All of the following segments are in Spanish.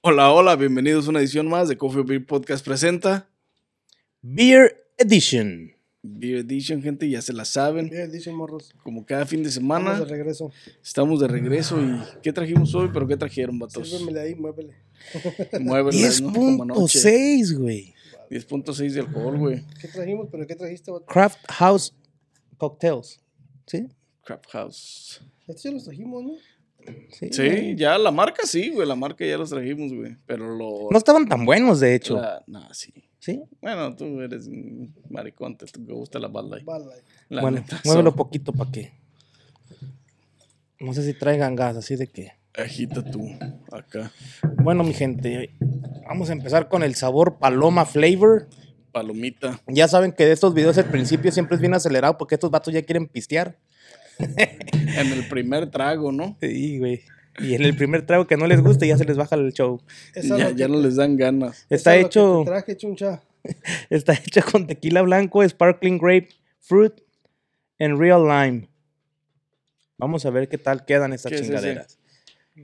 Hola, hola, bienvenidos a una edición más de Coffee Beer Podcast presenta Beer Edition. Beer Edition, gente, ya se la saben. Bien, dicen morros. Como cada fin de Vamos de semana regreso. estamos de regreso y ¿qué trajimos hoy? ¿Pero qué trajeron, vatos? Sírvemele ahí, muévele. Muévela, ¿no? Como anoche. 10.6, güey. 10.6 de alcohol, güey. ¿Qué trajimos? ¿Pero qué trajiste, vato? Craft House Cocktails. ¿Sí? Crap House. Estos ya los trajimos, ¿no? Sí, ya la marca sí, güey, la marca ya los trajimos, güey. Pero lo... No estaban tan buenos, de hecho. la- nah, sí. ¿Sí? Bueno, tú eres un maricón, te, te gusta la Bud Light. Bala. La bueno, neta, so- muévelo poquito para que. No sé si traigan gas, así de que. Agita tú, acá. Bueno, mi gente, vamos a empezar con el sabor Paloma Flavor. Palomita. Ya saben que de estos videos al principio siempre es bien acelerado porque estos vatos ya quieren pistear. En el primer trago, ¿no? Sí, güey. Y en el primer trago que no les guste ya se les baja el show. Esa Ya, lo ya que- no les dan ganas. Está esa lo que hecho. te traje chuncha. Está hecha con tequila blanco, sparkling grape, fruit and real lime. Vamos a ver qué tal quedan estas ¿Qué es ese? chingaderas.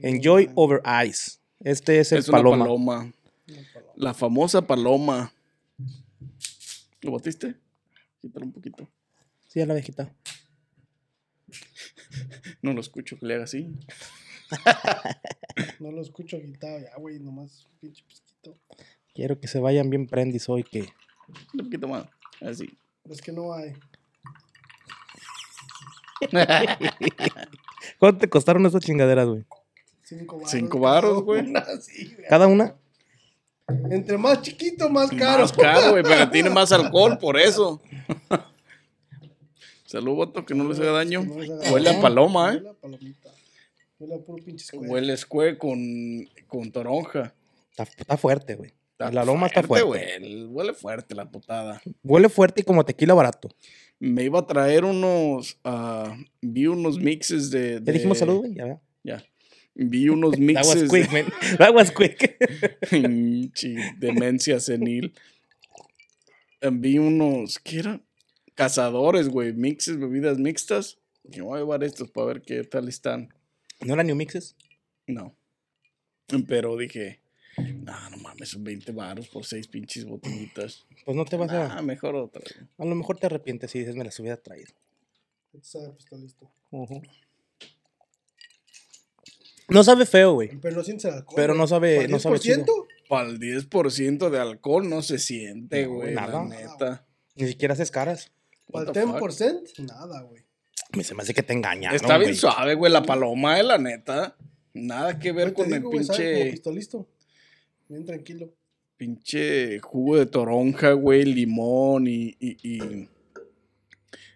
Enjoy over ice. Este es el Mm, es paloma. una paloma. La famosa paloma. ¿Lo batiste? Quítalo un poquito. Sí, ya la había quitado. No lo escucho que le haga así. No lo escucho quitado ya, güey, nomás un pinche pisquito. Quiero que se vayan bien prendis hoy que. Un poquito más. Así. Es que no hay. ¿Cuánto te costaron estas chingaderas, güey? Cinco baros. Cinco varos, güey. Sí, güey. Cada una. Entre más chiquito, más caro. Más caro, güey, pero tiene más alcohol, por eso. Salud, vato, que no les haga daño. Que no les haga Huele a daño. paloma, ¿eh? Huele a palomita. Huele a puro pinche escuela. Huele a escue con, con toronja. Está, está fuerte, güey. Está La loma está fuerte. güey. Huele fuerte la putada. Huele fuerte y como tequila barato. Me iba a traer unos. ah, vi unos mixes de. Ya de- dijimos salud, güey. Ya vea. Ya. Vi unos That was mixes. de- quick, man. That was quick. Pinche demencia senil. Eh, Vi unos, ¿qué era? Cazadores, güey, mixes, bebidas mixtas. Dije, voy a llevar estos para ver qué tal están. ¿No eran new mixes? No. Pero dije, no, no mames, son 20 baros por seis pinches botellitas. Pues no te vas Ah, a. mejor otra. güey. A lo mejor te arrepientes si dices me las hubiera traído. Esa, pues, está listo. No sabe feo, güey. Pero no sientes el alcohol. Pero no sabe, no sabe chido. ciento? Para el 10% de alcohol no se siente, No, güey, la nada. neta. Ni siquiera haces caras. What ¿Para the el fuck? 10%? Nada, güey. Me se me hace que te engañaron. Está bien güey. suave, güey, la paloma, eh, la neta. Nada que ver Ahí Pues te con digo, el güey, sabe pinche... como pistolito. Bien tranquilo. pinche jugo de toronja, güey, limón y, y- y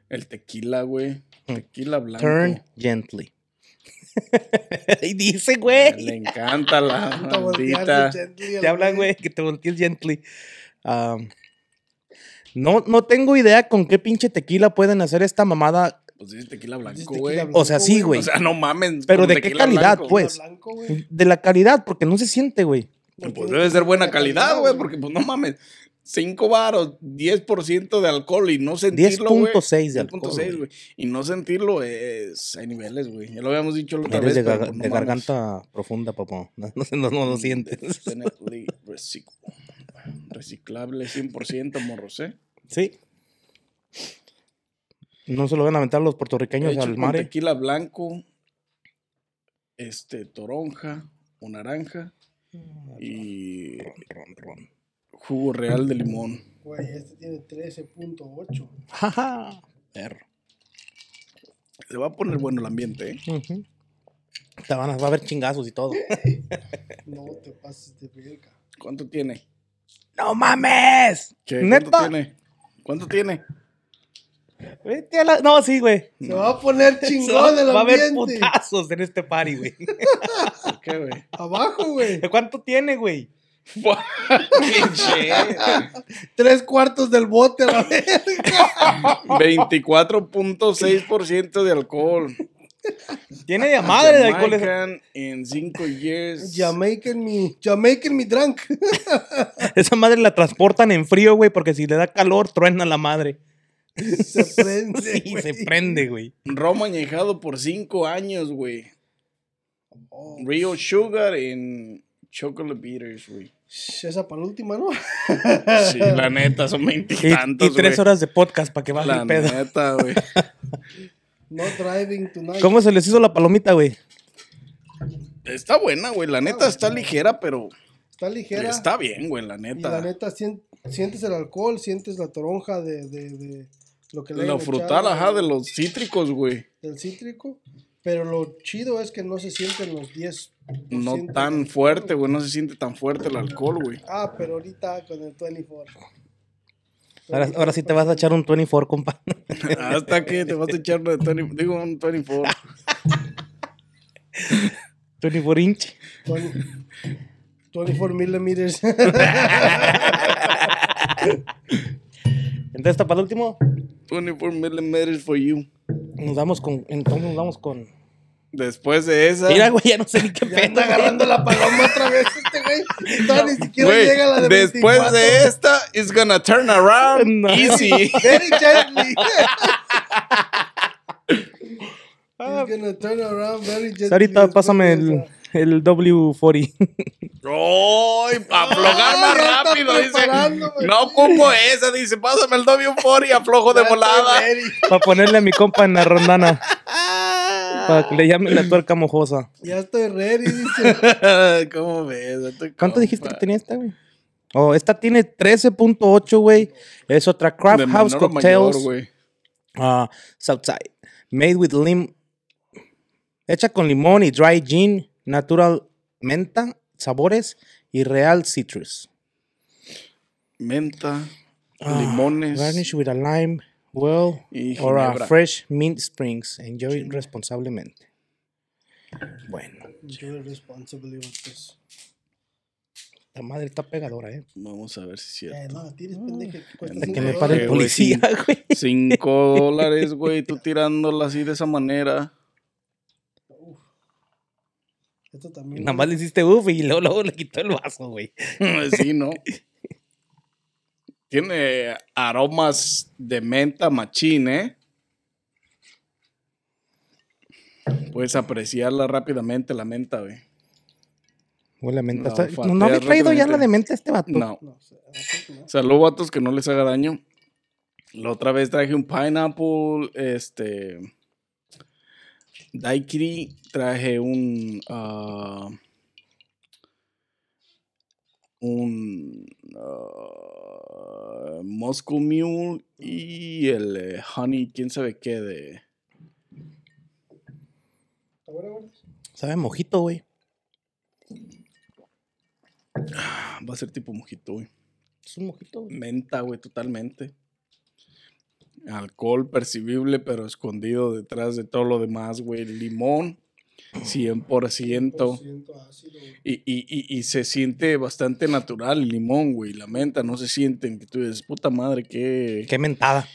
el tequila, güey. Tequila blanco. Hmm. Turn gently. y dice, Le güey. encanta la Puta, voltearse maldita. gently al Te hablan, güey, que te voltees gently. Am, no, no tengo idea con qué pinche tequila pueden hacer esta mamada. Pues dice tequila blanco, tequila güey. blanco, O sea, sí, güey. O sea, no mamen. Pero con ¿de qué tequila calidad, blanco. pues? Blanco, güey. De la calidad, porque no se siente, güey. No Pues tiene debe ser buena tanta calidad, güey, porque pues no mames. 5 baros, 10% de alcohol y no sentirlo, güey. 10.6 de alcohol, 10.6, güey. Y no sentirlo es... Hay niveles, güey. Ya lo habíamos dicho la otra vez. Eres de, pero, garga- pues, no de mames. garganta profunda, papá. No, no, no, no lo sientes. Definitely recic- Reciclable 100%, morros, ¿eh? Sí. No se lo van a aventar los puertorriqueños Hecho al con mar. eh. tequila blanco, este, toronja o naranja y Ron, ron. jugo real de limón. Güey, este tiene 13.8. Ja, ja. Perro. Se va a poner bueno el ambiente, ¿eh? Ujú. Te van a, va a haber chingazos y todo. No te pases de verga. ¿Cuánto tiene? ¡No mames! ¿Qué? ¿Cuánto ¡Neta! tiene? ¿Cuánto tiene? Vete a la- No, sí, güey. Se va a poner Se va- chingón el va a haber ambiente. putazos en este party, güey. ¿Por qué, güey? Abajo, güey. ¿Cuánto tiene, güey? Pinche. Tres cuartos del bote a la verga. 24.6% de alcohol. Tiene de madre de alcohol. esa- Jamaican en 5 years. Jamaican me, Jamaican me drunk. Esa madre la transportan en frío, güey, porque si le da calor, truena la madre. Se prende. Sí, güey. se prende, güey. Ron añejado por 5 años, güey. Oh, Real Sugar en Chocolate beaters, güey. Esa para la última, ¿no? Sí, la neta, son Y, veintitantos, y tres güey. horas de podcast para que baje La el pedo. neta, güey. No driving tonight. ¿Cómo se les hizo la palomita, güey? Está buena, güey. La neta está ligera, pero Está ligera. está bien, güey, la neta. Y la neta, sien- sientes el alcohol, sientes la toronja de, de, de lo que le Lo hayan frutal, echado, ajá, de los cítricos, güey. Del cítrico. Pero lo chido es que no se sienten los 10. No tan fuerte, güey. No se siente tan fuerte el alcohol, güey. Ah, pero ahorita con el 24. Ahora, ahora sí te vas a echar un 24, compa. Hasta que te vas a echar una de 20 digo, un 24. 24 inch. 20 24 millimeters. Entonces, para el último, 24 millimeters for you. nos damos con. Entonces, nos damos con. Después de esa. Mira, güey, ya no sé ni qué Ya pedo. está agarrando la paloma otra vez este güey. Todavía ni siquiera Güey, llega la de después 24. de esta, it's gonna turn around No. easy. Very gently. He's gonna turn around very gently. Ahorita después pásame de el, esa. el W40. ¡Ay! Aflojar más Ay, ya está rápido, dice. preparando, güey. No ocupo esa, dice. Pásame el W4 y aflojo de Ya estoy volada. ready. para ponerle a mi compa en la rondana. Para que le llamen la tuerca mojosa. Ya estoy ready, dice. ¿Cómo ves? ¿Tú ¿Cuánto cómo? dijiste que tenía esta, güey? Oh, esta tiene 13.8, güey. Es otra De Craft menor House a Cocktails. mayor, güey. ah, Southside. Made with lim. Hecha con limón y dry gin. Natural menta, sabores y real citrus. Menta, Ah, limones. Garnish with a lime, well, Y or a ginebra. fresh mint springs. Enjoy responsablemente. Bueno, You're responsible with this. la madre está pegadora, ¿eh? Vamos a ver si es cierto. Eh, no la tires, pendeje. que cuesta Hasta Hasta que cinco me dólares. pare el Eh, güey, sí. policía, güey. 5 dólares, güey, tú tirándola así de esa manera. Esto también. Nada más le hiciste uff y luego, luego le quitó el vaso, güey. Sí, ¿no? Tiene aromas de menta machín, ¿eh? Puedes apreciarla rápidamente, la menta, güey. Huele a No, menta. Está- No, fatea no había traído ya la rápidamente. de menta este vato. No. No, o sea, I think no. Salud, vatos, que no les haga daño. La otra vez traje un pineapple, este. Daiquiri, traje un. ah, un. ah, Moscow Mule y el eh, Honey, quién sabe qué de. Ahora, ahora. Sabe a mojito, güey. Va a ser tipo mojito, güey. Es un mojito, güey. Menta, güey, totalmente. Alcohol percibible, pero escondido detrás de todo lo demás, güey. Limón, 100%. Siento ácido, güey. Y, y, y, y se siente bastante natural el limón, güey. La menta no se siente. Que tú dices, puta madre, qué, Qué mentada.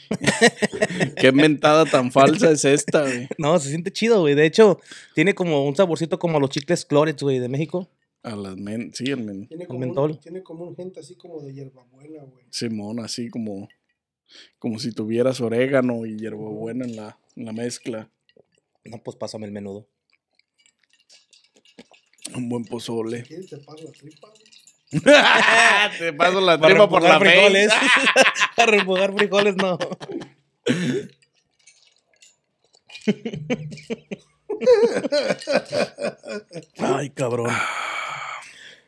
qué mentada tan falsa es esta, güey. No, se siente chido, güey. De hecho, tiene como un saborcito como a los chicles clorets, güey, de México. A las men, sí, al men. Tiene El como, un, mentol. tiene como un gente así como de hierbabuena, güey. Simón, así como, como si tuvieras orégano y hierbabuena en la, en la mezcla. No, pues pásame el menudo. Un buen pozole. ¿Quieres te paso la tripa, güey? Te paso la tripa por la frijoles. face. Para remojar frijoles, no. Ay, cabrón.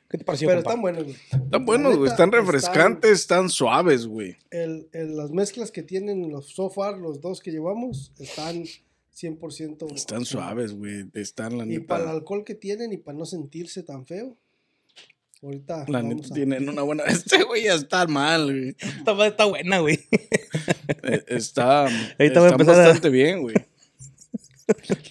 ¿Qué te pareció, Pero compa? están buenos, güey. Están buenos, güey. neta, Están refrescantes, están suaves, güey. El, el- las mezclas que tienen los so far, los dos que llevamos, están 100%. Están suaves, güey. Están, la Y para el neta. alcohol que tienen y para no sentirse tan feo. Ahorita La vamos neta a... tienen una buena. Este güey ya está mal, güey. Esta madre está buena, güey. Eh, Está. Ahorita voy a están empezar a- bastante bien, güey.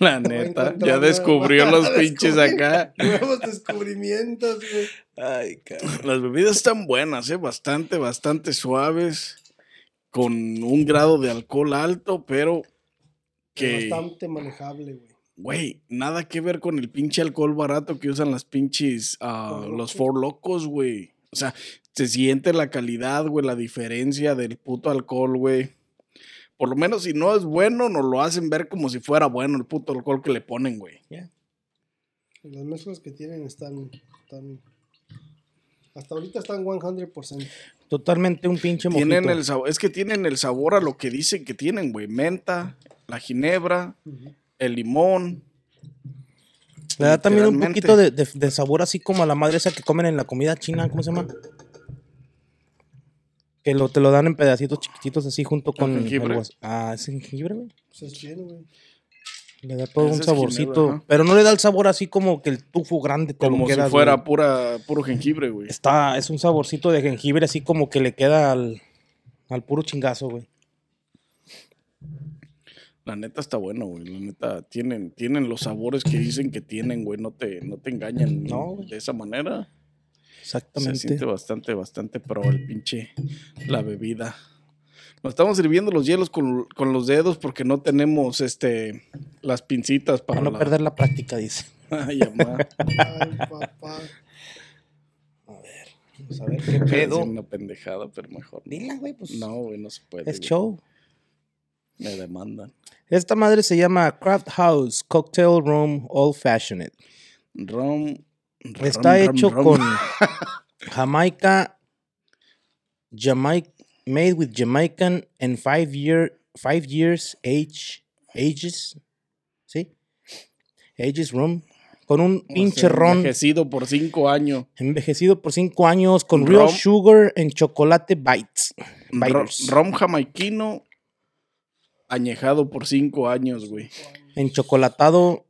La voy a neta. encontrar Ya nueva- descubrió los descubrí. pinches acá. Nuevos descubrimientos, güey. Ay, cabrón. Las bebidas están buenas, ¿eh? Bastante, bastante suaves. Con un grado de alcohol alto, pero. Que. Bastante manejable, güey. Güey, nada que ver con el pinche alcohol barato que usan las pinches, ah, Four los Locos. Four Locos, güey. O sea, se siente la calidad, güey, la diferencia del puto alcohol, güey. Por lo menos si no es bueno, nos lo hacen ver como si fuera bueno el puto alcohol que le ponen, güey. Las mezclas que tienen están, están Hasta ahorita están 100%. Totalmente un pinche mojito. Tienen el sabor, es que tienen el sabor a lo que dicen que tienen, güey. Menta, la ginebra, el limón. Le da también un literalmente. poquito de, de- de sabor así como a la madre esa que comen en la comida china, ¿cómo se llama? Que lo, te lo dan en pedacitos chiquititos así junto con... el jengibre. guas- ah, es jengibre, güey. Pues es chino, güey. Le da todo Ese un es saborcito. ginebra, ajá. pero no le da el sabor así como que el tufo grande. te lo Como si quedas, fuera güey. pura, puro jengibre, güey. Está, es un saborcito de jengibre así como que le queda al, al puro chingazo, güey. La neta está bueno, güey. La neta tienen, tienen los sabores que dicen que tienen, güey. No te, no te engañan No, güey. de esa manera. Se Exactamente. siente bastante, bastante pro el pinche la bebida. Nos estamos sirviendo los hielos con, con los dedos porque no tenemos este las pincitas para Para no la- perder la práctica, dice. Ay, mamá. Ay, papá. Vamos a ver qué Iba a decir pedo. una pendejada, pero mejor. no. Dila, güey, pues. No, güey, no se puede. es güey. show. Me demandan. Esta madre se llama Craft House Cocktail Room Old Fashioned. Rom. rom, Está rom, hecho rom. con Jamaica, Jamaica, made with Jamaican and five year, five years age, ages, sí, ages rum, con O un sea, pinche ron Envejecido por cinco años. envejecido por cinco años con Un real rom. sugar en chocolate bites. Ro- Biters. Rom jamaiquino. Añejado por cinco años, güey. En chocolatado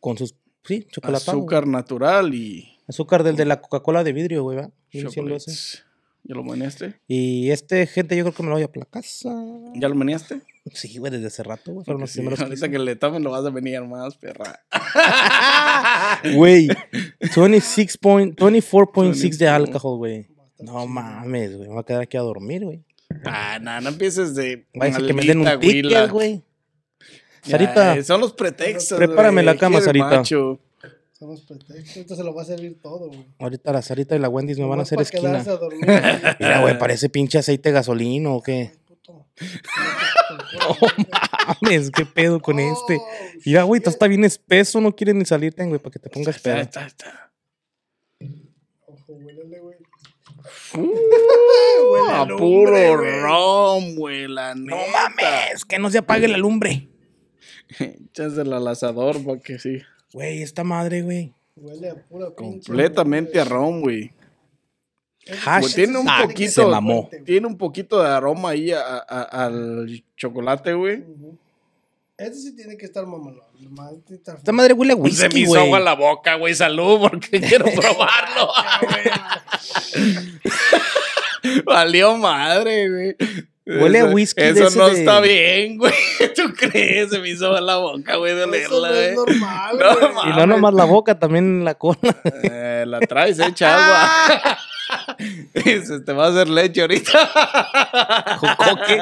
con sus, sí, chocolatado. güey. Azúcar natural y. Azúcar del de la Coca-Cola de vidrio, güey, ¿verdad? Viene siendo ese. chocolates. ¿Ya lo maneaste? Y este, gente, yo creo que me lo voy a la casa. ¿Ya lo maneaste? Sí, güey, desde hace rato, güey. Porque Fueron los sí, primeros ahorita que le tomen lo vas a venir más, perra. Güey, 26 point- 24.6 de 24. alcohol, güey. No mames, güey. Me voy a quedar aquí a dormir, güey. Ah, no, no empieces de. Va a decir que me den un maldita güila. ticket, güey. Ya, Sarita, eh, son los pretextos. prepárame güey, la cama, aquí el Sarita. macho. Somos pretextos. Ahorita se lo va a servir todo, güey. ahorita la Sarita y la Wendy's me van a Nomás hacer para esquina. quedarse a dormir aquí. Mira, Ah. güey, parece pinche aceite de gasolina o qué. Puto. Oh, Mames, qué pedo con este. Mira, güey, tú shit. está bien espeso, no quieres ni salirte, güey, para que te pongas Está, pedo. está, está. Ojo, huélele, güey. A lumbre, puro güey. rom, güey, la neta. No mames, que no se apague la lumbre. Échasela al asador para que sí. Güey, esta madre, güey. Huele a pura pinche Completamente a lumbre. rom, güey. Hash- Pues tiene un Ah, poquito. se mamó. Tiene un poquito de aroma ahí a- a- a- al chocolate, güey. Ujú. Ese sí tiene que estar mamalón. nomás tiene que estar- Esta madre huele a Pues se me whisky, hizo güey. agua la boca, güey. Salud, porque quiero probarlo. Valió madre, güey. Huele a Eso- whisky de Eso ese no de- está bien, güey. ¿Tú crees? Se me hizo agua la boca, güey, de Eso no olerla, es güey. normal, No güey. Y no nomás la boca, también la cola. Eh, la traes hecha agua. Se te va a hacer leche ahorita. Jocoque.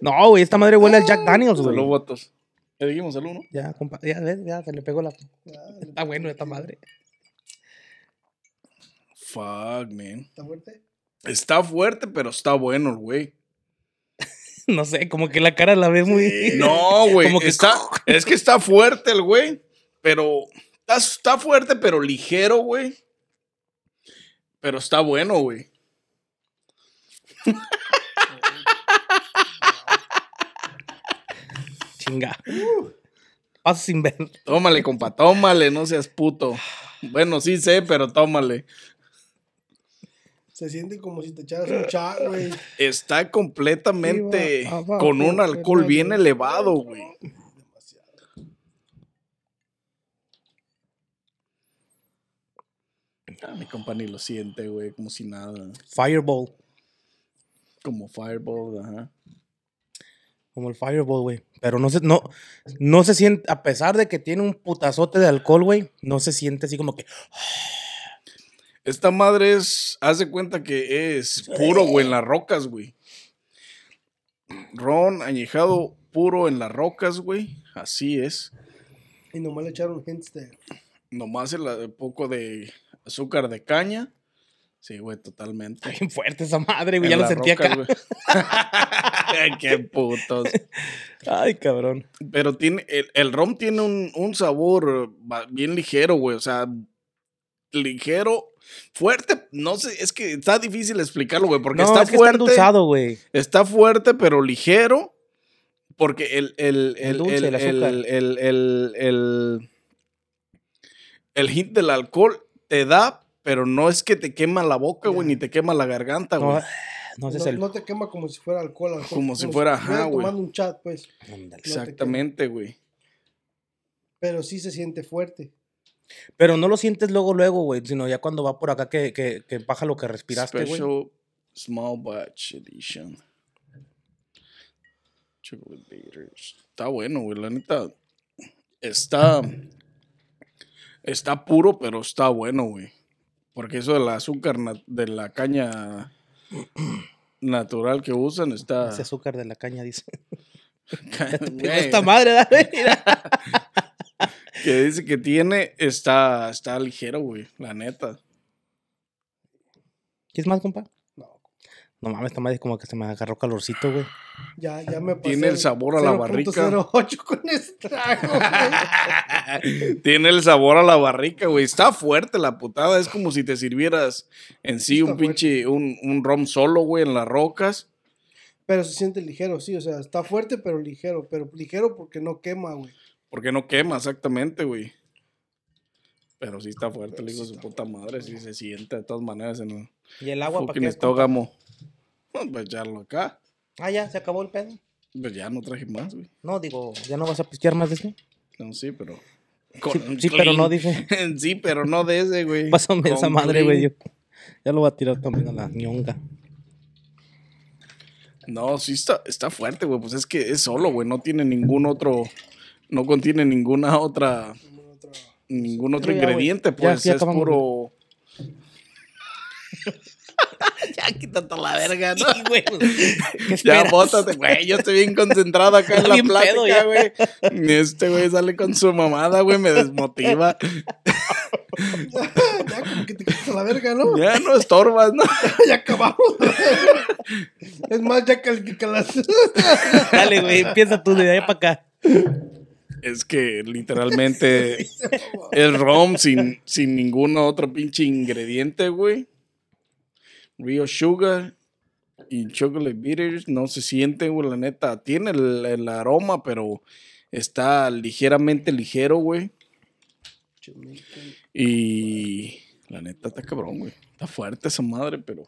no, güey, esta madre huele al Jack Daniels, Salud, güey. votos. ¿Le dijimos el uno? Ya, compa, ya, ves, ya se le pegó la. Ya, Está bueno esta madre. Fuck, man. ¿Está fuerte? Está fuerte, pero está bueno el güey. No sé, como que la cara la ves muy. No, güey. Como que- está- Es que está fuerte el güey, pero está, está fuerte, pero ligero, güey. Pero está bueno, güey. Chinga. Paso sin ver. Tómale, compa, tómale, no seas puto. Bueno, sí sé, pero tómale. Se siente como si te echaras un chat, güey. Está completamente Arriba, abajo, con un alcohol arriba. bien elevado, güey. Ah, mi compa ni lo siente, güey, como si nada. Fireball. Como Fireball, ajá. Como el Fireball, güey. Pero no se, no, no se siente, a pesar de que tiene un putazote de alcohol, güey, no se siente así como que. Esta madre es, haz de cuenta que es puro, güey, en las rocas, güey. Ron añejado puro en las rocas, güey. Así es. Y nomás le echaron hamster. Nomás el, el poco de azúcar de caña. Sí, güey, totalmente. Bien fuerte esa madre, güey. En Ya lo las sentía rocas, acá. güey. Qué putos. Ay, cabrón. Pero tiene, el, el rom tiene un, un sabor eh, ba- bien ligero, güey. O sea, ligero, fuerte. No sé, es que está difícil explicarlo, güey, porque no, está es que está fuerte. endulzado, güey. Está fuerte, pero ligero. Porque el. El, el, El dulce, el- el azúcar. el- el- el- el- el hit del alcohol te da, pero no es que te quema la boca, güey, Ya. ni te quema la garganta, güey. No, no ese es No, el. no te quema como si fuera alcohol. alcohol, Como si fuera, ajá, estuviera güey. tomando un chat, pues. Ándale. no te Exactamente, güey. Pero sí se siente fuerte. Pero no lo sientes luego, luego, güey, sino ya cuando va por acá que, que, que baja lo que respiraste, güey. Special Small Batch Edition. Chocolate bitters. Está bueno, güey. La neta. Está. Está puro, pero está bueno, güey. Porque eso del azúcar na- de la caña natural que usan está. Ese azúcar de la caña, dice. Pegó ah. Güey, esta madre, dale. Mira. que dice que tiene. Está. Está ligero, güey. La neta. ¿Quieres más, compa? No. No mames, esta madre es como que se me agarró calorcito, güey. Ya, ya me pasé. Tiene el sabor a la barrica. 0.08 con este trago, güey. Tiene el sabor a la barrica, güey. Está fuerte la putada. Es como si te sirvieras en sí Está un pinche, un, un rom solo, güey, en las rocas. Pero se siente ligero, sí. O sea, está fuerte, pero ligero. Pero ligero porque no quema, güey. Porque no quema exactamente, güey. Pero sí está fuerte, le digo sí su está puta madre. Sí se sienta de todas maneras en el ¿Y el agua para fucking qué? estógamo. Vamos a echarlo acá. Ah, ya, se acabó el pedo. Pues ya no traje más, güey. No, digo, ¿ya no vas a pistear más de este? No, sí, pero. Sí, con sí, pero clean. no, dije. sí, pero no de ese, güey. Pásame Con esa madre, clean. güey. yo- Ya lo voy a tirar también a la ñonga. No, sí está, está fuerte, güey. Pues es que es solo, güey. No tiene ningún otro. No contiene ninguna otra. Ningún otro Ya, güey. ingrediente, Ya, pues sí, es acabamos, puro. ya quítate la verga, ¿no? Sí, güey. pues, ¿Qué Ya esperas? bótate, güey. Yo estoy bien concentrado acá en Está la bien pedo plática, ya. güey. Y Este güey sale con su mamada, güey. Me desmotiva. ya como que te quitas la verga, ¿no? Ya, Ya no estorbas, ¿no? acabamos. es más, ya calificalas. Dale, güey, empieza tú de allá para acá. Es que literalmente es rom sin, sin ningún otro pinche ingrediente, güey. Rio Sugar y Chocolate Bitters no se siente, güey, la neta. Tiene el, el aroma, pero está ligeramente ligero, güey. Y la neta está cabrón, güey. Está fuerte esa madre, pero.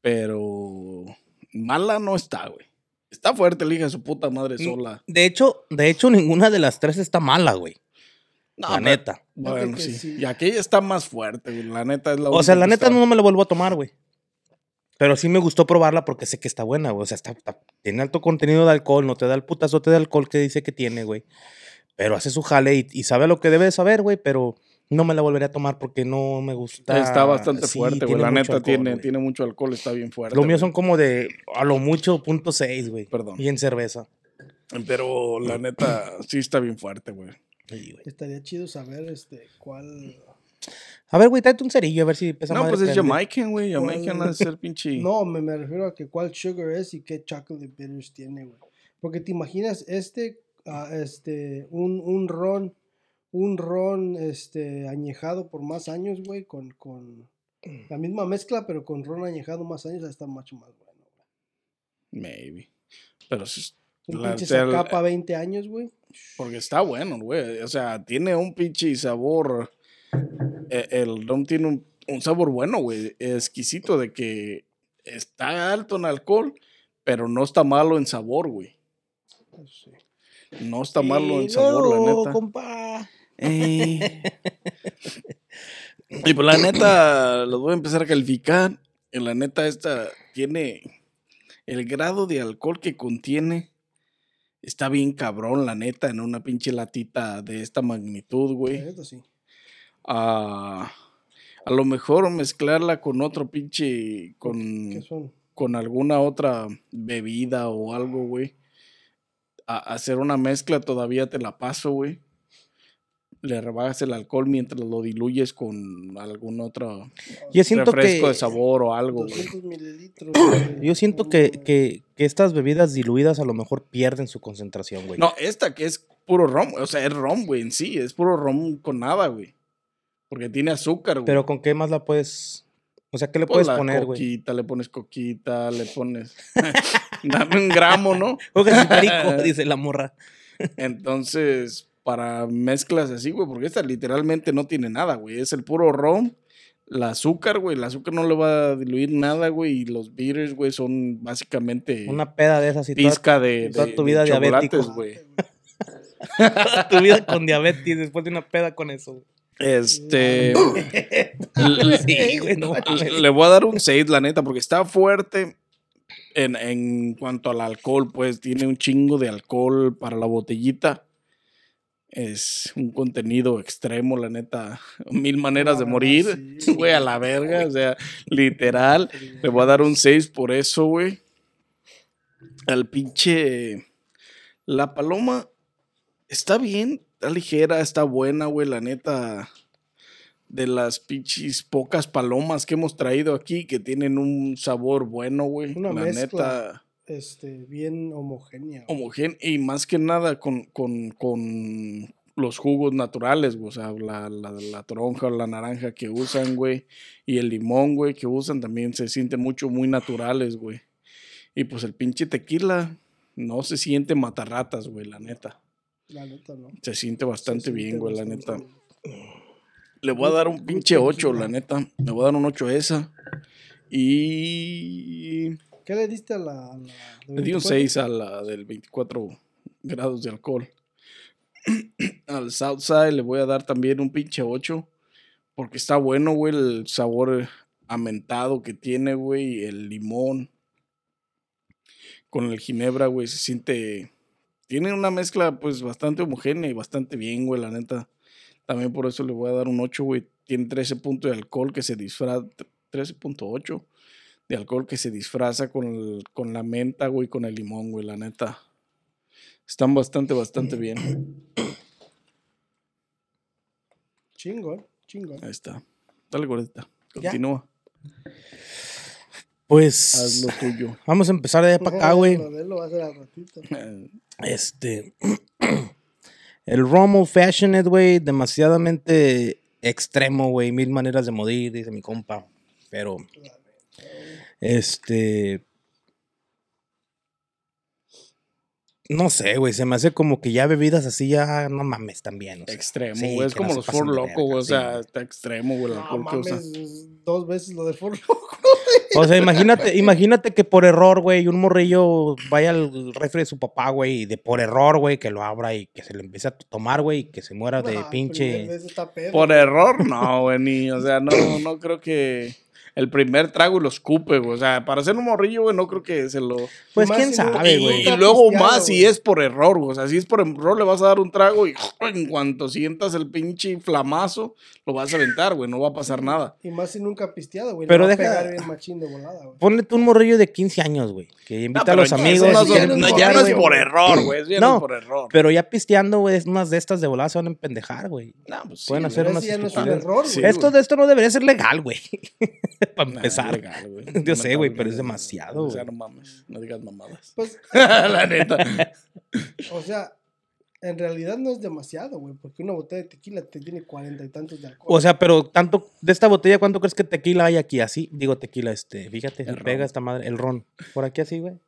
Pero. Mala no está, güey. Está fuerte, la hija de su puta madre sola. De hecho, de hecho, ninguna de las tres está mala, güey. No, la Ah, pero- neta. Fíjate Bueno, que sí. sí. Y aquella está más fuerte, güey. La neta es la O sea, única la que neta está- no me la vuelvo a tomar, güey. Pero sí me gustó probarla porque sé que está buena, güey. O sea, está, está- tiene alto contenido de alcohol, no te da el putazote de alcohol que dice que tiene, güey. Pero hace su jale y, y sabe lo que debe de saber, güey, pero no me la volveré a tomar porque no me gusta. Está bastante Sí, fuerte, güey. tiene La mucho neta alcohol, tiene, güey. tiene mucho alcohol, está bien fuerte. Lo mío güey. son como de a lo mucho punto seis, güey. Perdón. Y en cerveza. Pero la neta sí está bien fuerte, güey. Sí, güey. Estaría chido saber este cuál. A ver, güey, tráete un cerillo a ver si esa No, madre pues es prende. Jamaican, güey. Jamaican ha de ser pinche. No, me, me refiero a que cuál sugar es y qué chocolate bitters tiene, güey. Porque te imaginas este, ah, este, un, un ron, un ron, este, añejado por más años, güey, con, con Mm. la misma mezcla, pero con ron añejado más años, está mucho más bueno, güey. Maybe. Pero sí. Un La- pinche el- Zacapa 20 años, güey. Porque está bueno, güey. O sea, tiene un pinche sabor. eh, El rum tiene un, un sabor bueno, güey. Exquisito de que está alto en alcohol, pero no está malo en sabor, güey. Pues sí. No está malo Y en sabor, la luego, neta. compa. Ey. Y pues la neta, los voy a empezar a calificar. Y la neta, esta tiene el grado de alcohol que contiene. Está bien cabrón, la neta, en una pinche latita de esta magnitud, La güey. neta, sí. Ah, a lo mejor mezclarla con otro pinche. ¿Qué con, son? con alguna otra bebida o algo, güey. A- hacer una mezcla todavía te la paso, güey. Le rebajas el alcohol mientras lo diluyes con algún otro Yo siento refresco que. de sabor o algo, güey. 200 mililitros. güey. Yo siento que, Mm, que, que estas bebidas diluidas a lo mejor pierden su concentración, güey. No, esta que es puro rom, o sea, es rom, güey, en sí. Es puro rom con nada, güey. Porque tiene azúcar, güey. Pero ¿con qué más la puedes...? O sea, ¿qué le Pues puedes la poner, güey? coquita, le pones coquita, le pones. Dame un gramo, ¿no? Porque es perico, dice la morra. Entonces, para mezclas así, güey, porque esta literalmente no tiene nada, güey. Es el puro ron, la azúcar, güey. El azúcar no le va a diluir nada, güey. Y los beers, güey, son básicamente Una peda de esas y toda, pizca de, toda de- tu de vida chocolates, diabético. güey. toda tu vida con diabetes después de una peda con eso. Este. Sí, güey, no mames. Le voy a dar un 6, la neta, porque está fuerte en, en cuanto al alcohol, pues tiene un chingo de alcohol para la botellita. Es un contenido extremo, la neta. Mil maneras de Ah, morir, sí. güey, a la verga, o sea, literal. Le voy a dar un 6 por eso, güey. Al pinche. La paloma está bien, está ligera, está buena, güey, la neta. De las pinches pocas palomas que hemos traído aquí que tienen un sabor bueno, güey. Una La mezcla. neta. Este, bien homogénea. güey. Homogénea y más que nada con, con, con los jugos naturales, güey. O sea, la, la, la toronja o la naranja que usan, güey. Y el limón, güey, que usan también se sienten mucho, muy naturales, güey. Y pues el pinche tequila no se siente matarratas, güey, la neta. La neta, ¿no? Se siente bastante Se bien, siente güey, la bastante neta. bien. Le voy a dar un Good pinche 8, tequila. la neta. Le voy a dar un 8 esa. Y. ¿Qué le diste a la. a la de Le di un 24? 6 a la del 24 grados de alcohol. Al Southside le voy a dar también un pinche 8. Porque está bueno, güey, el sabor amentado que tiene, güey. El limón. Con el ginebra, güey, se siente. Tiene una mezcla, pues, bastante homogénea y bastante bien, güey, la neta. También por eso le voy a dar un 8, güey. Tiene 13 puntos de alcohol que se disfraza. 13.8 de alcohol que se disfraza con, el- con la menta, güey, con el limón, güey, la neta. Están bastante, bastante bien. Chingón, chingón. Ahí está. Dale, gordita. Ya. Continúa. Haz Pues lo tuyo. vamos a empezar de allá para acá, güey. Lo de él lo va a hacer al ratito. Eh, Este. El Romo Fashioned, güey, demasiadamente extremo, güey. Mil maneras de morir, dice mi compa. Pero. Este. No sé, güey. Se me hace como que ya bebidas así ya no mames también. o sea. extremo, Sí, güey. es que como no se los pasen Ford de Loco, verga, güey. O sí, sea, güey. está extremo, güey, el No alcohol que mames, usa. es dos veces lo del Ford O sea, imagínate, imagínate que por error, güey, un morrillo vaya al refri de su papá, güey, y de por error, güey, que lo abra y que se le empiece a tomar, güey, y que se muera Ah, de Ah, pinche. pues, Por error, no, güey, ni. O sea, no, no creo que. El primer trago y lo escupe, güey. O sea, para ser un morrillo, güey, no creo que se lo. Pues Más quién en un- sabe, Y- güey. Y, Está luego pisteado, más si güey. es por error, güey. O sea, si es por error, le vas a dar un trago y en cuanto sientas el pinche flamazo, lo vas a aventar, güey. No va a pasar nada. Y más si nunca pisteado, güey. Pero Pero deja. deja- Pegar bien machín de volada, güey. Ponle tú un morrillo de 15 años, güey. Que invita a pero los ya- amigos. eso no ya son- no es no, por ya ahí, no es güey. por error, güey. eso Ya no, No, es por error. Pero ya pisteando, güey, es unas de estas de volada se van a empendejar, güey. No, pues sí, pueden güey. hacer Pero unas ese ya no es un estupideces. error, Sí, güey. esto, de esto no debería ser legal, güey. Para Nah, empezar. legal, güey. Yo sé, güey, pero Lamentablemente, es demasiado, O sea, no güey. mames. No digas mamadas. Pues, La neta. o sea, en realidad no es demasiado, güey. Porque una botella de tequila te tiene cuarenta y tantos de alcohol. O sea, pero tanto de esta botella, ¿cuánto crees que tequila hay aquí? Así, digo tequila, este, fíjate, El si ron. pega esta madre, el ron. Por aquí así, güey.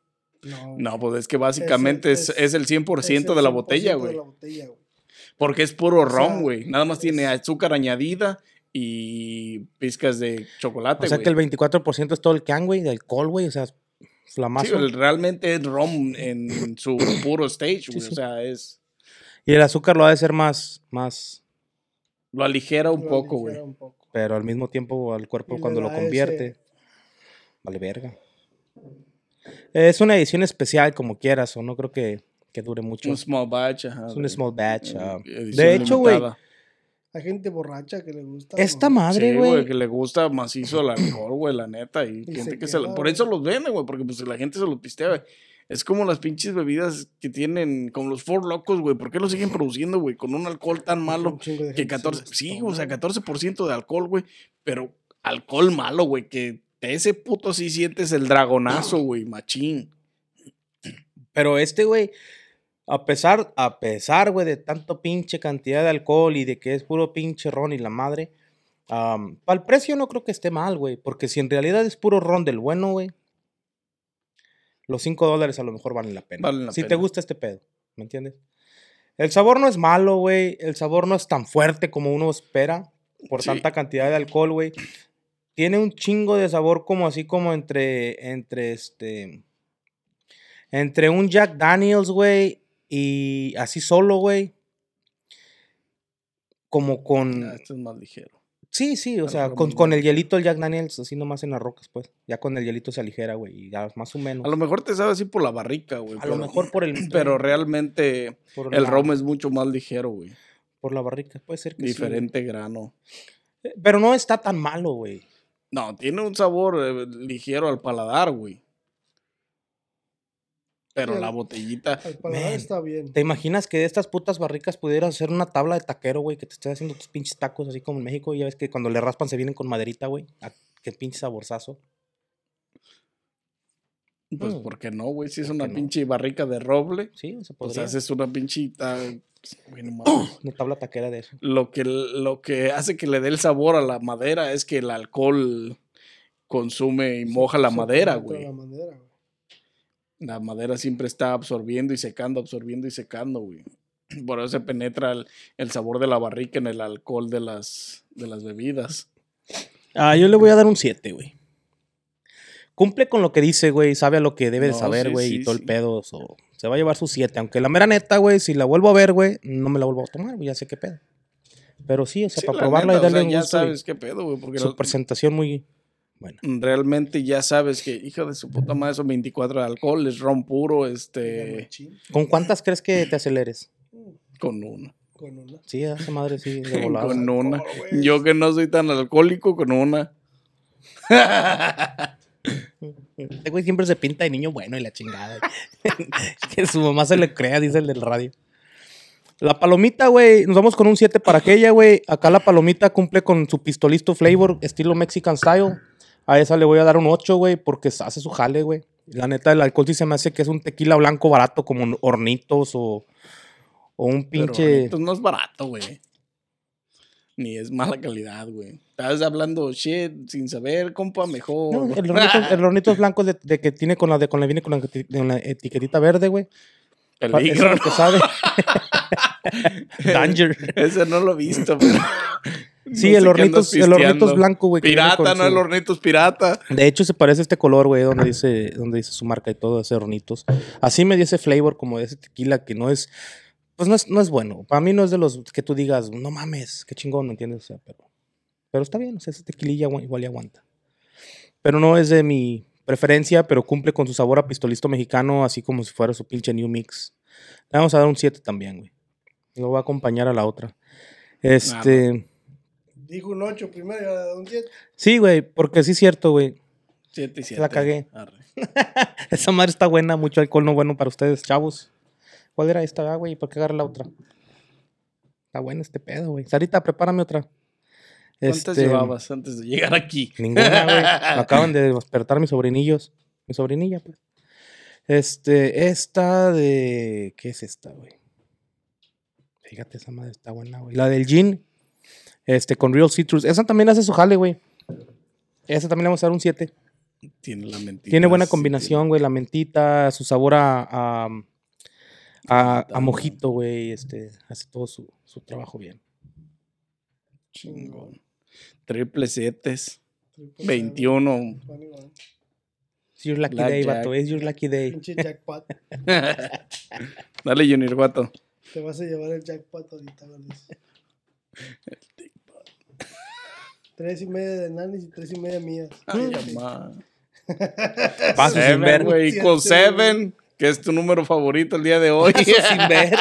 no, No, pues es que básicamente es, Es el- es el 100%, de la botella, güey. Porque es puro O sea, ron, güey. Nada más tiene es- azúcar añadida y pizcas de chocolate, O sea güey. que el 24% es todo el can, güey, de alcohol, güey. O sea, Sí, flamazo. el- realmente es rom en su puro stage, güey. O sea, es. Y el azúcar lo ha de ser más, más, Lo aligera un poco, güey. pero al mismo tiempo al Y cuerpo le cuando lo da ese- convierte. Vale, verga. Es una edición especial, como quieras, o no creo que, que dure mucho. Un small batch, ajá. Eh, es de- un small batch. ah. Pues edición De hecho, güey, limitada. Hay gente borracha que le gusta. esta güey. madre, Sí, güey, güey. que le gusta macizo el alcohol, güey, la neta. Y, se gente que se lo- queda, Por güey. eso los venden, güey, porque pues la gente se los pistea, güey. Es como las pinches bebidas que tienen, como los Four Locos, güey. ¿Por qué lo siguen produciendo, güey? Con un alcohol tan malo Un chingo de que gente se 14. las Sí, toma, o sea, güey. 14% de alcohol, güey. Pero alcohol malo, güey, que de ese puto sí sientes el dragonazo, güey, machín. Pero este, güey, a pesar, a pesar, güey, de tanto pinche cantidad de alcohol y de que es puro pinche ron y la madre, Para el precio no creo que esté mal, güey. Porque si en realidad es puro ron del bueno, güey. Los 5 dólares a lo mejor valen la pena. Valen la si te pena. gusta este pedo, ¿me entiendes? El sabor no es malo, güey. El sabor no es tan fuerte como uno espera por Sí. tanta cantidad de alcohol, güey. Tiene un chingo de sabor como así como entre, entre este, entre un Jack Daniels, güey, y así solo, güey. Como con, Ah, esto es más ligero. Sí, sí, o Algo sea, con, muy con el hielito el Jack Daniels, así nomás en las rocas, pues. Ya con el hielito se aligera, güey, y ya más o menos. A lo mejor te sabe así por la barrica, güey. A lo pero- mejor por el... Pero realmente por el la- rom es mucho más ligero, güey. Por la barrica, puede ser que sí, güey. Diferente grano. Eh, Pero no está tan malo, güey. No, tiene un sabor eh, ligero al paladar, güey. Pero Sí, la al- botellita. Al paladar Man. está bien. ¿Te imaginas que de estas putas barricas pudieras hacer una tabla de taquero, güey? Que te estés haciendo tus pinches tacos, así como en México. Ya ves que cuando le raspan se vienen con maderita, güey. Ah, Qué pinche saborzazo. Pues, Mm. ¿por qué no, güey? Si es ¿Por una qué no? pinche barrica de roble, Sí, se pues podría. haces una pinchita. güey, no mames. Una tabla taquera de eso. lo, que, lo que hace que le dé el sabor a la madera es que el alcohol consume y moja la Se madera, conecta güey. La madera, güey. La madera siempre está absorbiendo y secando, absorbiendo y secando, güey. Por eso se penetra el, el sabor de la barrica en el alcohol de las, de las bebidas. Ah, yo le voy a dar un 7, güey. Cumple con lo que dice, güey. Sabe a lo que debe de No, saber, sí, güey. y sí, todo el sí. pedo. so, se va a llevar su 7. Aunque la mera neta, güey, si la vuelvo a ver, güey, no me la vuelvo a tomar, güey. Ya sé qué pedo. Pero sí, o sea, Sí, para la probarla neta, y darle o sea, un ya gusto. y sabes qué pedo, güey, porque su la- presentación muy buena. realmente ya sabes que, hijo de su puta madre, son 24 de alcohol, es ron puro, Una este, machín, ¿Con cuántas crees que te aceleres? con una. Con una. Sí, a esa madre sí, de volada. con una. alcohol, güey. Yo que no soy tan alcohólico, con una. Este güey siempre se pinta de niño bueno y la chingada. que su mamá se le crea, dice el del radio. La palomita, güey, nos vamos con un 7 para aquella, güey. Acá la palomita cumple con su pistolito flavor, estilo Mexican style. A esa le voy a dar un 8, güey, porque hace su jale, güey. La neta, el alcohol sí se me hace que es un tequila blanco barato, como un hornitos o, o un pinche. Entonces no es barato, güey. Ni es mala calidad, güey. Estás hablando shit sin saber, compa, mejor. No, el, hornito, el hornito es blanco de, de que tiene con la de con la viene con la, eti- con la etiquetita verde, güey. Pa- eso Peligro, es lo que sabe. Danger. ¿no? Ese no lo he visto. pero no Sí, sé el qué hornito andas es- el hornito pisteando. es blanco, güey. que viene Pirata, con no, su- el hornito es pirata. De hecho, se parece a este color, güey, donde dice, donde dice su marca y todo, ese hornitos. Así me dio ese flavor como de ese tequila que no es. Pues no es, no es bueno. Para mí no es de los que tú digas, no mames, qué chingón, ¿me entiendes? O sea, pero, pero está bien, o sea, ese tequililla agua- igual y aguanta. Pero no es de mi preferencia, pero cumple con su sabor a pistolito mexicano, así como si fuera su pinche New Mix. Le vamos a dar un 7 también, güey. Lo va a acompañar a la otra. Este. Dijo un 8 primero y ahora un 10. Sí, güey, porque sí es cierto, güey. Siete y siete. La cagué. Arre. Esa madre está buena, mucho alcohol no bueno para ustedes, chavos. ¿Cuál era esta, ah, güey? ¿Y por qué agarré la otra? Está bueno este pedo, güey. Sarita, prepárame otra. ¿Cuántas Este, llevabas antes de llegar aquí? Ninguna, güey. Me acaban de despertar mis sobrinillos. Mi sobrinilla, pues. Este, esta de. ¿Qué es esta, güey? Fíjate, esa madre está buena, güey. La del gin. Este, con Real Citrus. Esa también hace su jale, güey. Esa también le vamos a dar un 7. Tiene la mentira. Tiene buena sí, combinación, güey. La mentita, su sabor a, a, a, a Mentita, mojito, güey. Este, hace todo su, su trabajo bien. tiene- Chingón. Triple setes. pues, 21. It's your lucky day, Blackjack. vato. It's your lucky day. Pinche jackpot. Dale, Junior Guato. Te vas a llevar el jackpot ahorita, Gales. Tres y media de nanis y tres y media mías. Ah, Ay, Sí. mamá. Paso sin ver. Seven, güey. Equal Siete, güey. seven, que es tu número favorito el día de hoy. Paso sin ver.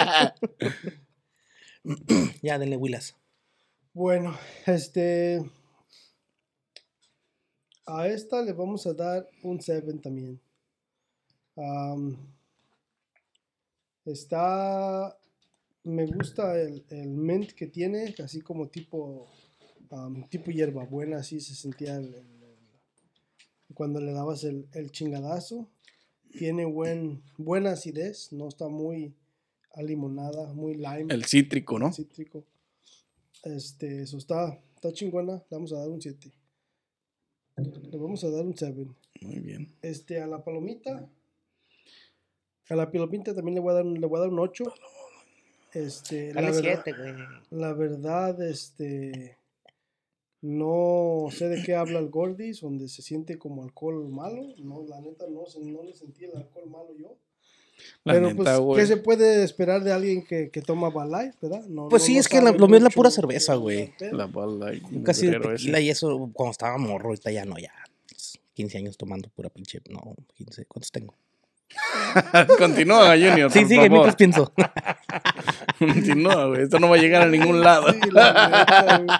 ya, denle Willas. Bueno, este. A esta le vamos a dar un 7 también. Am, está. Me gusta el, el mint que tiene, así como tipo. am, tipo hierbabuena, así se sentía el- el- el- cuando le dabas el, el chingadazo. Tiene buen, buena acidez, no está muy alimonada, muy lime El cítrico, ¿no? cítrico. Este, eso está, Está chingona. Le vamos a dar un 7. Le vamos a dar un 7. Muy bien. Este, a la palomita. A la palomita también le voy a dar un, le voy a dar un 8. Este, la Dale verdad, siete, güey. la verdad, este. No sé de qué habla el Gordis, donde se siente como alcohol malo. No, la neta, no, se- no le sentí el alcohol malo yo. La Pero, neta, pues, güey. ¿qué se puede esperar de alguien que, que toma Balay, verdad? No, Pues no- sí, no es que la- sabe lo mío es la mucho pura de- cerveza, güey. del pedo. La bala. Yo Casi de tequila y eso cuando estaba morro, ahorita ya no, ya. 15 años tomando pura pinche. No, 15. ¿Cuántos tengo? Continúa, Junior. Sí, por sigue, favor. mientras pienso. Continúa, güey. Esto no va a llegar a ningún lado. Sí, la neta, güey.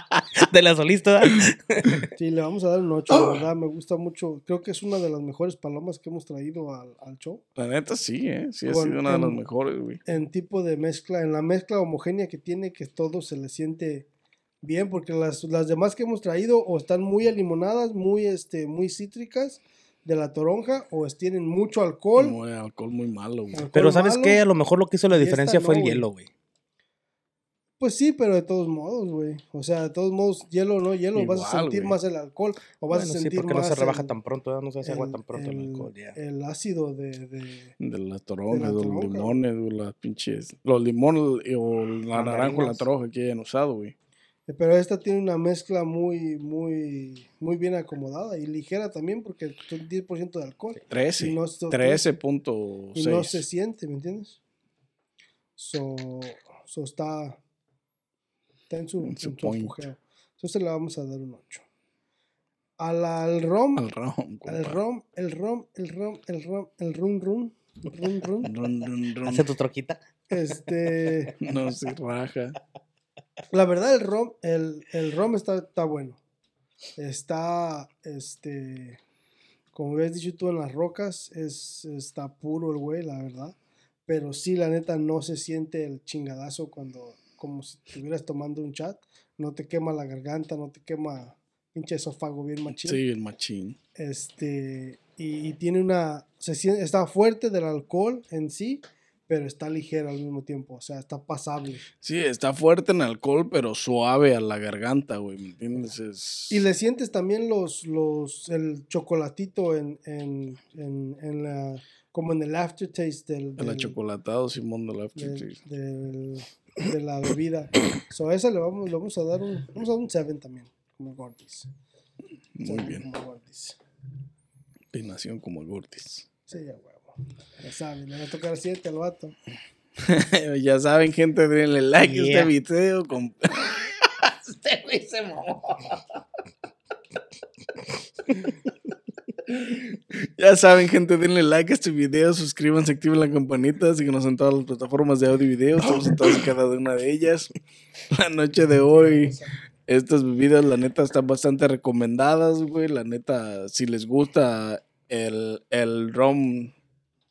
De la solista. Sí, le vamos a dar un Ah. 8, verdad. Me gusta mucho. Creo que es una de las mejores palomas que hemos traído al, al show. La neta sí, ¿eh? Sí, ha Con- sido una de las en- mejores, güey. En tipo de mezcla, en la mezcla homogénea que tiene, que todo se le siente bien, porque las, las demás que hemos traído o están muy alimonadas, muy, este, muy cítricas de la toronja, o es- tienen mucho alcohol. Ah. Como de alcohol muy malo, güey. alcohol Pero ¿sabes Pues malo. qué? A lo mejor lo que hizo la Y esta diferencia no, fue el güey. hielo, güey. Pues sí, pero de todos modos, güey. O sea, de todos modos, hielo o no hielo, vas a Igual, sentir güey. más el alcohol o vas Bueno, a sí, sentir porque no más se rebaja el- tan pronto, ¿eh? no se hace agua el- tan pronto el, el- alcohol, ya. el ácido de, de- De las toronjas, De la de, los toronja, limones, güey, las pinches. Los limones y- o la naranja o la mandarinas. toronja que hayan usado, güey. Pero esta tiene una mezcla muy, muy, muy bien acomodada y ligera también porque son 10% de alcohol. Y 13. no, so- y no se 13.6. siente, ¿me entiendes? So, so está, está en su, En en su su point. apogeo. Entonces le vamos a dar un 8. A la- al rom, Al ron, al rom, el rom, el rom, el rom, el rum rum, rum rum. Ron, ron, ron. Hace tu troquita. Este, No se raja. La verdad, el rom, el, el rom está, está bueno. Está, este, como habías dicho tú en las rocas, es, está puro el güey, la verdad. Pero sí, la neta, no se siente el chingadazo cuando, como si estuvieras tomando un chat. No te quema la garganta, no te quema pinche esófago bien machín. Sí, el machín. Este, y, y tiene una, se siente, está fuerte del alcohol en sí, pero está ligero al mismo tiempo. O sea, está pasable. Sí, está fuerte en alcohol, pero suave a la garganta, güey. ¿Me entiendes? Es- Y le sientes también los, los, el chocolatito en, en, en, en la, como en el aftertaste del, El del- achocolatado, Simón de la del- del- de la bebida. So, a esa le vamos, le vamos a dar un, vamos a dar un 7 también, como Gordis. Muy Seven bien. Como Gordis. Pinación como el Gortis. Sí, a huevo. Ya saben, le va a tocar 7 al vato. ya saben, gente, denle like a Yeah. este video. comp- Este güey se mamó. ya saben, gente, denle like a este video. Suscríbanse, activen la campanita. Síguenos en todas las plataformas de audio y video. Estamos en todas y cada una de ellas. La noche de hoy. Estas bebidas, la neta, están bastante recomendadas, güey. La neta, si les gusta el, el rom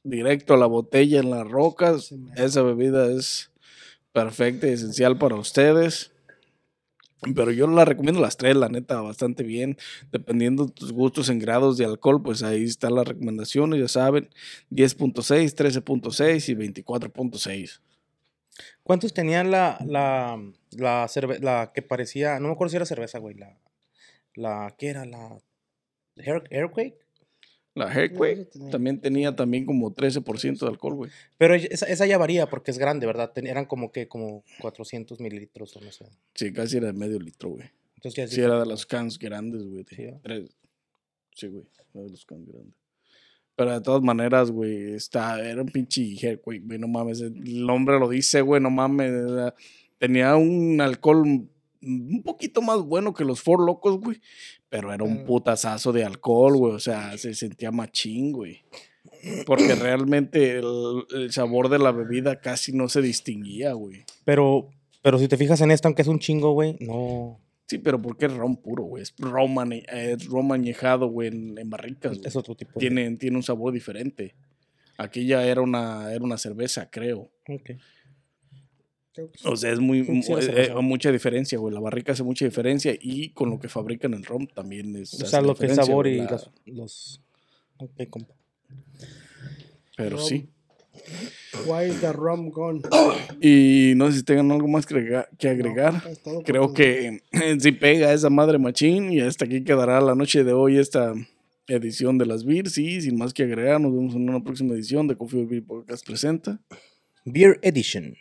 directo a la botella en las rocas, Sí, mero. esa bebida es perfecta y esencial para ustedes. Pero yo la recomiendo las tres, la neta, bastante bien. Dependiendo de tus gustos en grados de alcohol, pues ahí están las recomendaciones, ya saben. 10.6, 13.6 y 24.6. ¿Cuántos tenían la, la, la, cerve- la que parecía, no me acuerdo si era cerveza, güey, la, la, ¿qué era? La Air- Airquake. La Headway eso tenía. también tenía también como 13% de alcohol, güey. Pero ella- esa, esa ya varía porque es grande, ¿verdad? Ten- eran como que, como 400 mililitros o no sé. Sí, casi era de medio litro, güey. Entonces ya es Sí, era de los cans grandes, güey. de Sí, ¿verdad? tres. Sí, güey. Era de los cans grandes. Pero de todas maneras, güey, está, era un pinche hair, güey, güey, no mames. El hombre lo dice, güey, no mames. era- tenía un alcohol m- un poquito más bueno que los Four Locos, güey. Pero era un Pero- putazazo de alcohol, güey. O sea, se sentía machín, güey. Porque realmente el, el sabor de la bebida casi no se distinguía, güey. Pero, pero si te fijas en esta, aunque es un chingo, güey, no. Sí, pero porque es ron puro, güey. Es ron, ane- es ron añejado, güey, en, en barricas. güey. Es otro tipo. de- Pues, Tiene, tiene un sabor diferente. Aquí ya era una, era una cerveza, creo. Ok. Creo que sí. O sea, es muy, Sí, era eh, cerveza. eh, mucha diferencia, güey. La barrica hace mucha diferencia y con lo que fabrican el ron también es. O sea, lo que es sabor y las los. los... Ok, compa. Pero Rom. sí, Why is the rum gone? Y no sé si tengan algo más que agrega- que agregar. No, es todo por Creo tu- que sí pega esa madre machín y hasta aquí quedará la noche de hoy esta edición de las Beers. Sí, sin más que agregar, nos vemos en una próxima edición de Coffee or Beer Podcast presenta. Beer Edition.